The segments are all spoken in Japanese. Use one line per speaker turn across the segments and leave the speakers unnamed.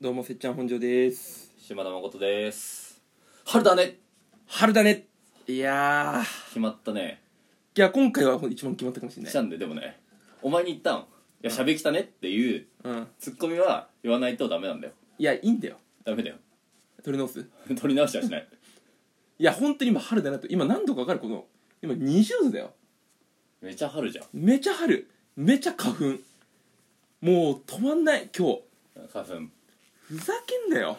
どうもせっちゃん本庄です
島田誠です春だね
春だねいやー
決まったね
いや今回は一番決まったかもしれな
し
い
たんででもねお前に言ったんいや喋きたねっていう
うん
ツッコミは言わないとダメなんだよ
いやいいんだよ
ダメだよ
取り直す
取り直しはしない
いや本当に今春だなと今何度か分かるこの今20度だよ
めちゃ春じゃん
めちゃ春めちゃ花粉もう止まんない今日
花粉
ふざけんなよ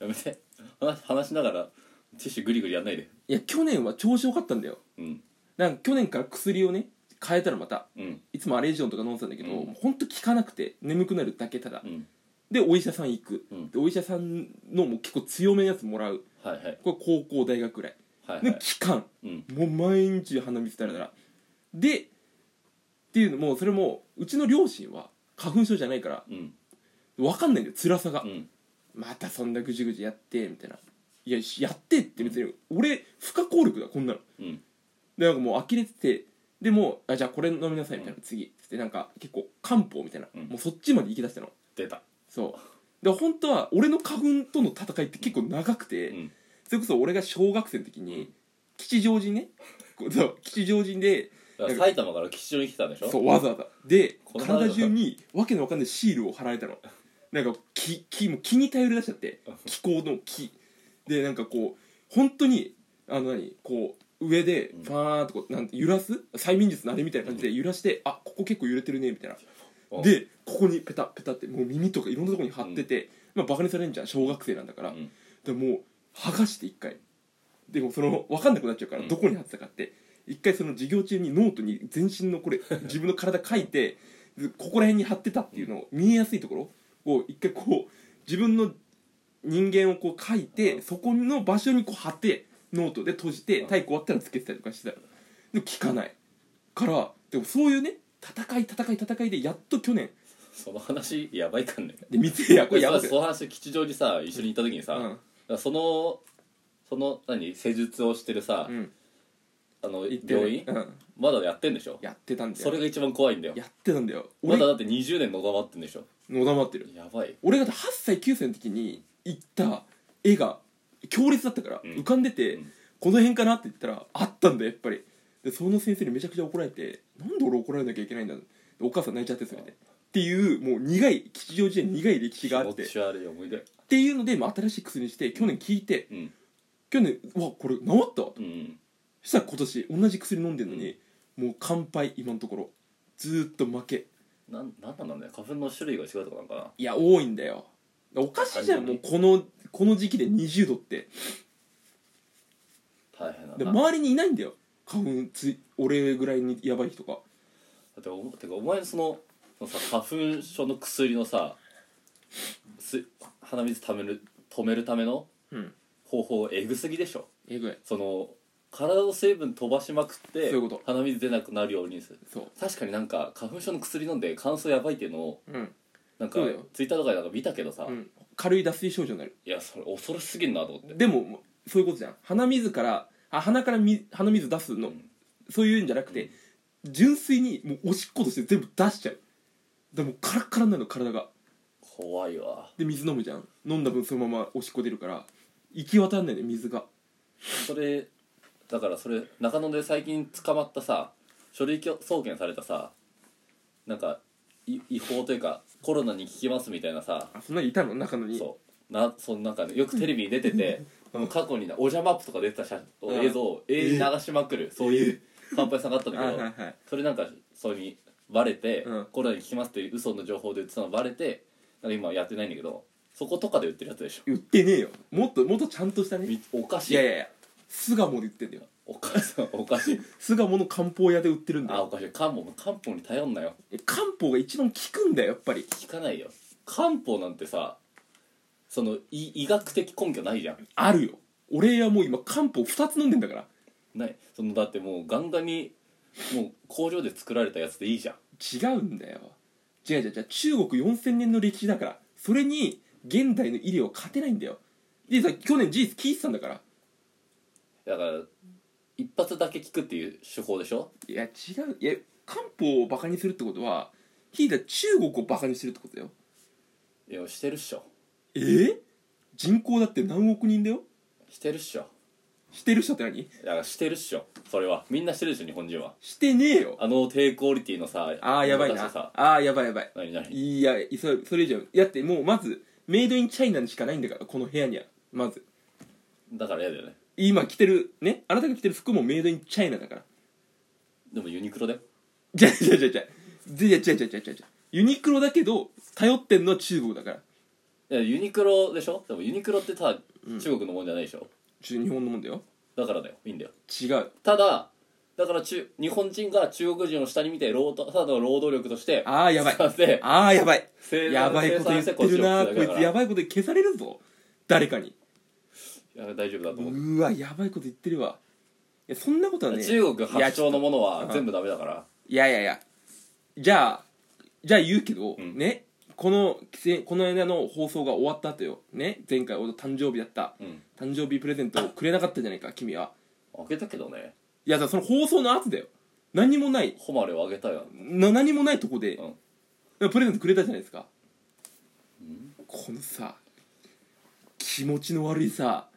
やめて話話しながらティッシュグリグリやんないで
いや去年は調子良かったんだよ
うん
なんか去年から薬をね変えたらまた
うん
いつもアレジオンとか飲んでたんだけど、
うん
ほんと効かなくて眠くなるだけただ
うん
でお医者さん行く、
うん
でお医者さんのもう結構強めのやつもらう
はいはい
これ高校大学ぐらい
はいは
の
い
期間、
うん
もう毎日鼻水だらだらでっていうのもそれもうちの両親は花粉症じゃないから
うん
分かんないんだよ辛さが、
うん
またそんなぐじぐじやってみたいないややってって別に俺不可抗力だこんなの
うん
でなんかもう呆れててでもうあじゃあこれ飲みなさいみたいな、次つってなんか結構漢方みたいな、
うん
もうそっちまで行きだしたの
出た
そうで本当は俺の花粉との戦いって結構長くて、
うん
それこそ俺が小学生の時
う
に
ん
吉祥寺にねこうそう吉祥寺で
だから埼玉から吉祥に来てたんでしょ
そうわざわざで
こんなの
体中にわけのわかんないシールを貼られたのなんか木木もう木に頼り出しちゃって気候の木でなんかこう本当にあの何こう上で
うん
ファーンとこうなんて揺らす催眠術のあれみたいな感じで揺らして、あここ結構揺れてるねみたいな
うん
でここにペタペタってもう耳とかいろんなとこに貼ってて、まあバカにされんじゃん小学生なんだから、
うん
でもう剥がして一回でもその分かんなくなっちゃうから、
うん
どこに貼ってたかって一回その授業中にノートに全身のこ れ自分の体書いてでここら辺に貼ってたっていうのを見えやすいところを一回こう自分の人間をこう書いて、
うん
そこの場所にこう貼ってノートで閉じて
うん
体育終わったらつけてたりとかしてたでも効かないからでもそういうね戦い戦い戦いでやっと去年
その話やばいかんね
で三ツ矢こ
これ
れやばく
その話吉祥寺さ一緒に行った時にさ、
うん
だからそのその何施術をしてるさ、
うん
あの
言ってね
病院、
うん
まだやってんでしょ
やってたんだよ
それが一番怖いんだよ
やってたんだよ
ま
俺
だだって20年のだまってんでしょ
のだまってる
やばい
俺が8歳9歳の時に行った絵が強烈だったから、
うん
浮かんでて、
うん
この辺かなって言ったらあったんだよやっぱりでその先生にめちゃくちゃ怒られてなんで俺怒られなきゃいけないんだでお母さん泣いちゃってそれでっていうもう苦い吉祥寺で苦い歴史
気
があっ
持
てっ
ち悪い思い出
ていうので、まあ、新しい薬にして去年聞いて
うん
去年うわこれ治ったわと
うん
そしたら今年同じ薬飲んでるのに、もう完敗今のところずーっと負け
なんなんなんだろうね花粉の種類が違うとかなんかない
や多いんだよおかしいじゃんもうこのこの時期で20度って
大変だ
で
な、
周りにいないんだよ花粉つい俺ぐらいにやばい人が
だっておてかお前のそのそのさ花粉症の薬のさす鼻水ためる止めるための
うん
方法えぐすぎでしょ
えぐい
その体の成分飛ばしまくって
そういうこと
鼻水出なくなるようにする
そう
確かになんか花粉症の薬飲んで乾燥やばいっていうのを
うん、
なんか
そうだよ
ツイッターとかでなんか見たけどさ、
うん、軽い脱水症状になる
いやそれ恐ろしすぎるなと思って
でももうそういうことじゃん鼻水からあ鼻からみ鼻水出すの、
うん
そういうんじゃなくて、純粋にもうおしっことして全部出しちゃうでもうカラッカラになるの体が
怖いわ
で水飲むじゃん飲んだ分そのままおしっこ出るから行き渡んないね水が
それだからそれ中野で最近捕まったさ書類送検されたさなんかい違法というかコロナに効きますみたいなさ
あそんなにいたの中野に
そうなそのなんか、ね、よくテレビに出てて、
うん
過去になおじゃマップとか出てた写
うん
映像を永遠に流しまくる、そういう乾杯さんがあったんだ
は
け
い
ど、
はいはい
それなんかそれにバレて、
うん
コロナに効きますっていう嘘の情報で言ってたのバレてなんか今やってないんだけどそことかで売ってるやつでしょ
売ってねえよもっともっとちゃんとしたね
みおかし
い
い
やいやいや巣鴨で売ってんだよ
おかしいお かしい
巣鴨の漢方屋で売ってるんだ
あ
よ
おかしい漢方も漢方に頼んなよ
え漢方が一番効くんだよやっぱり
聞かないよ漢方なんてさその医医学的根拠ないじゃん
あるよ俺はもう今漢方2つ飲んでんだから
ないそのだってもうガンガンにもう工場で作られたやつでいいじゃん
違うんだよ違う違う違う中国4000年の歴史だからそれに現代の医療は勝てないんだよでさ去年事実聞いてたんだから
だから一発だけ聞くっていう手法でしょ
いや違ういや漢方をバカにするってことはひいた中国をバカにしてるってことだよ
いやしてるっしょ
えー人口だって何億人だよ
してるっしょ
してる人って何
いやしてるっしょそれはみんなしてるでしょ日本人は
してねえよ
あの低クオリティのさ
あーやばいな
昔さ
あーやばいやばい
何何
いやそれそれ以上やってもうまずメイドインチャイナにしかないんだからこの部屋にはまず
だから嫌だよね
今着てるねあなたが着てる服もメイドインチャイナだから
でもユニクロだよ
じゃじゃじゃじゃじゃじゃじゃじゃじゃじゃユニクロだけど頼ってんのは中国だから
いやユニクロでしょでもユニクロってただ中国のもんじゃないでしょ、
ちょ日本のもんだよ
だからだよいいんだよ
違う
ただだから中日本人が中国人を下に見て労働ただの労働力として
あーやばい
使って
あーやばい
生産
やばいこと言ってるな
生産して
こい
こっちを
つやばいこと消されるぞ誰かに
いや大丈夫だと
う
思う、
ーわやばいこと言ってるわいやそんなことはね
中国
いや
発
ちょ
祥
っと
のものは
うん
全部ダメだから
いやいやいやじゃあじゃあ言うけど、
ん
ねこのせこの間の放送が終わった後よね前回俺の誕生日だった
うん
誕生日プレゼントをくれなかったじゃないか君は
あげたけどね
いやだからその放送の後だよ何にもない
誉れをあげたよ
な何もないとこで
う、ん
プレゼントくれたじゃないですか、このさ気持ちの悪いさ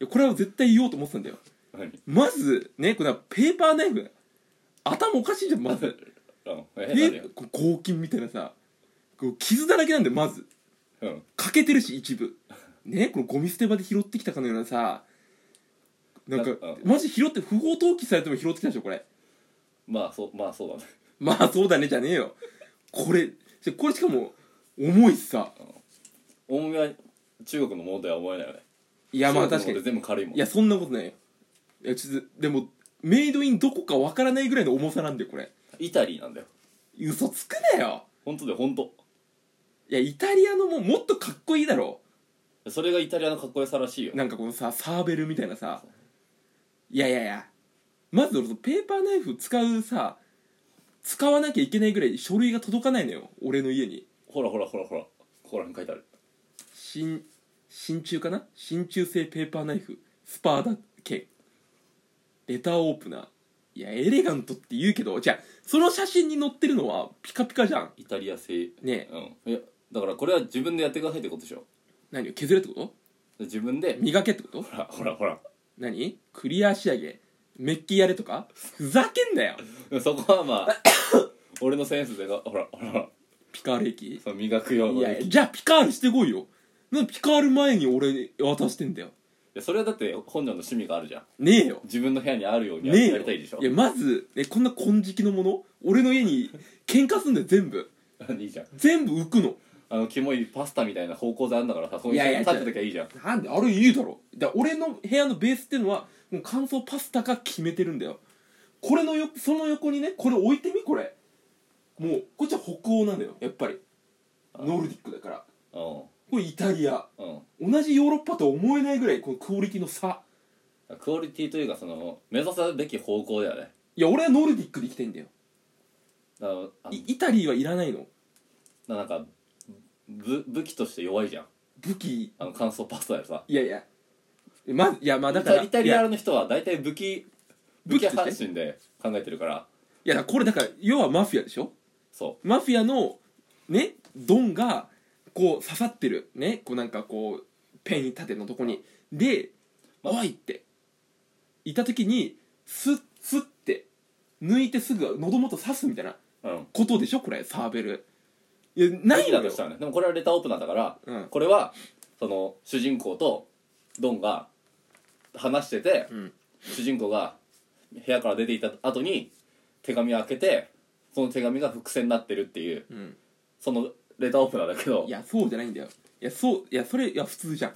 いやこれは絶対言おうと思ってたんだよ
何
まずねこれはペーパーナイフだよ頭おかしいじゃんまず
うん
え
変だね
こう合金みたいなさこう傷だらけなんだよまず
うん
欠けてるし一部ねこのゴミ捨て場で拾ってきたかのようなさなんか
なうん
マジ拾って不法投棄されても拾ってきたでしょこれ
まあそうまあそうだね
まあそうだねじゃねえよこれこれしかも重いしさ
重みは中国のものとは思えないよね
いやまあ
中
確か
国
に
のものって全部軽いもん
いやそんなことないよいやちょっとでもメイドインどこかわからないぐらいの重さなんだよこれ
イタリーなんだよ
嘘つくなよ
本当だよ本当
いやイタリアのももっとかっこいいだろ
それがイタリアのかっこよさらしいよ
なんかこのさサーベルみたいなさいやいやいやまず俺そのペーパーナイフ使うさ使わなきゃいけないぐらい書類が届かないのよ俺の家に
ほらほらほらほらここら辺書いてある
真真鍮かな真鍮製ペーパーナイフスパーダ剣レターオープナーいやエレガントって言うけどじゃあその写真に載ってるのはピカピカじゃん
イタリア製
ねえ
うんいやだからこれは自分でやってくださいってことでしょ
何を削れってこと
自分で
磨けってこと
ほらほらほら
何クリア仕上げメッキやれとかふざけんなよ
そこ はまあ俺のセンスでがほらほら
ピカール駅
その磨く用の
いや
い
じゃあピカールしてこいよなんでピカール前に俺に渡してんだよ
やそれはだって本庄の趣味があるじゃん
ねえよ
自分の部屋にあるようにや,、
ねえよ
りたいでしょ
いやまず、ね、こんな金色のもの俺の家に喧嘩すんだよ全部
いいじゃん
全部浮くの
あのキモいパスタみたいな方向材あるんだからさそこに
いやいや
立ってときゃいいじゃん
なんであれいいだろだから俺の部屋のベースっていうのはもう乾燥パスタが決めてるんだよこれのよその横にねこれ置いてみこれもうこっちは北欧なんだよやっぱりノルディックだから
う
これイタリア
んうん
同じヨーロッパとは思えないぐらいこのクオリティの差
クオリティというかその目指すべき方向だよね
いや俺はノルディックで行きたいんだよ
あのあの
いイタリーはいらないの
ななんかぶ武器として弱いじゃん
武器
あの乾燥パスタでさ
いやいやまずいやまあだ
イ
から
タイタ
い
リ
や
アの人は大体武器武
武器
器
として
発信で考えてるから
いやだからこれだから要はマフィアでしょ
そ
マフィアのねドンがこう刺さってるねこうなんかこうペン立てのとこにで「
ま
おい!」っていた時にスッスッって抜いてすぐ喉元刺すみたいな
ううん
ことでしょこれサーベルいやないの
だと
よ
したらねでもこれはレターオープナーだから、
うん
これはその主人公とドンが話してて、
ん
主人公が部屋から出ていった後に手紙を開けてその手紙が伏線になってるっていう
うん
そのレターオープナーだけど
いやそうじゃないんだよいやそういやそれいや普通じゃんい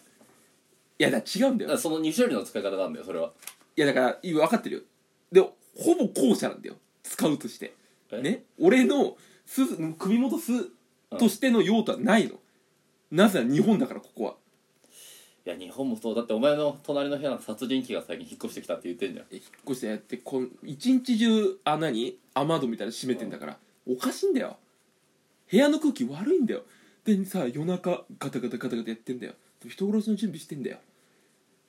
やだから違うんだよ
だからその2種類の使い方なんだよそれはい
やだからいや分かってるよでほぼ後者なんだよ使うとして
え
ね俺のす首元すとしての用途はないの、なぜなら日本だからここはい
や日本もそうだってお前の隣の部屋の殺人鬼が最近引っ越してきたって言ってんじゃん
え引っ越してやってこん一日中穴に雨戸みたいなの閉めてんだから、おかしいんだよ部屋の空気悪いんだよでさ夜中ガタガタガタガタやってんだよ人殺しの準備してんだよ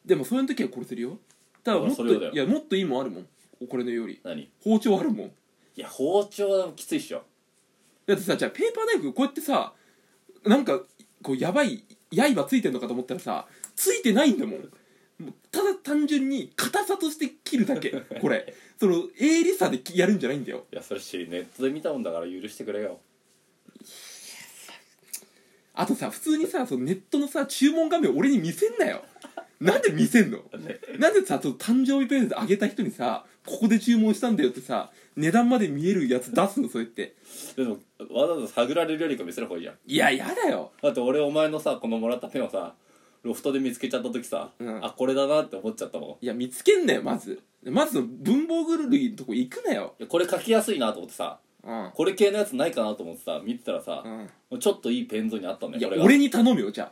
でもそういう時は殺せるよただもっ
そ
と
れはだよ
いやもっといいもんあるもんこれのより
何い
包丁あるもん
や包丁はきついっしょ
だってさじゃあペーパーナイフこうやってさなんかこうやばい刃ついてんのかと思ったらさついてないんだもんもうただ単純に硬さとして切るだけこれその鋭利さでやるんじゃないんだよ
いやそれしネットで見たもんだから許してくれよ
あとさ普通にさそのネットのさ注文画面を俺に見せんなよなんで見せんのなんでさその誕生日プレゼントあげた人にさここで注文したんだよってさ値段まで見えるやつ出すのそうやって
でもわざわざ探られるよりか見せる方がいいじゃん
いややだよ
だって俺お前のさこのもらったペンをさロフトで見つけちゃった時さ、
うん
あこれだなって思っちゃったもんい
いや見つけんなよまずまずその文房具類のとこ行くなよ
やこれ書きやすいなと思ってさ
うん
これ系のやつないかなと思ってさ見てたらさ
う、ん
ちょっといいペンゾにあったんだ
いや
よこれが
俺に頼めよじゃあ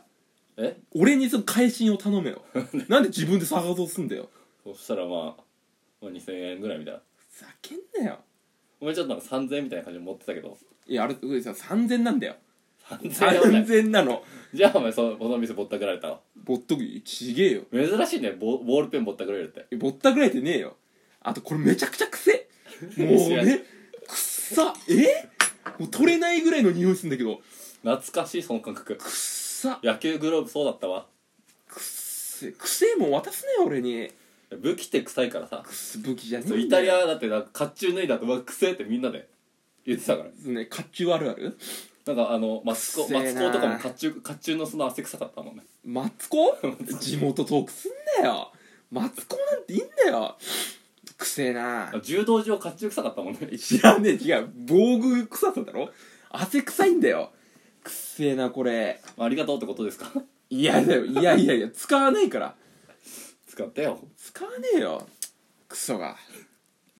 え
俺にその返信を頼め よなんで自分で探そうすんだよ
そしたらまあ、まあ、2000円ぐらいみたいな
ふざけんなよ
お前ちょっとなんか3000円みたいな感じで持ってたけど
いやあれさ3000なんだよ
3000円だよ
3000なの
じゃあお前そのこの店ぼったくられたわ
ぼったくりちげえよ
珍しいねボボールペンぼったくられるって
ぼったくられてねえよあとこれめちゃくちゃくせえもうねくっさえもう取れないぐらいの匂いするんだけど
懐かしいその感覚
くっさ
野球グローブそうだったわ
くっせくせえもん渡すなよ俺に
武器って臭いからさ
くっす武器じゃねえ
そうイ
ん
タ
だ
リ
よ
アだってなんか甲冑脱いだとうわくせえってみんなで言ってたから
ね甲冑あるある
なんかあのマツコ
くせえ
マ
な
ツコとかも甲冑甲冑のその汗臭かったもんね
マツコ 地元トークすんなよマツコなんていいんだよくせえな
柔道場甲冑臭かったもんね
知らねえ違う防具臭さだろ汗臭いんだよくっせえなこれ
まあありがとうってことですか
いやだよいやいやいや使わないから
使ってよ
使わねえよクソが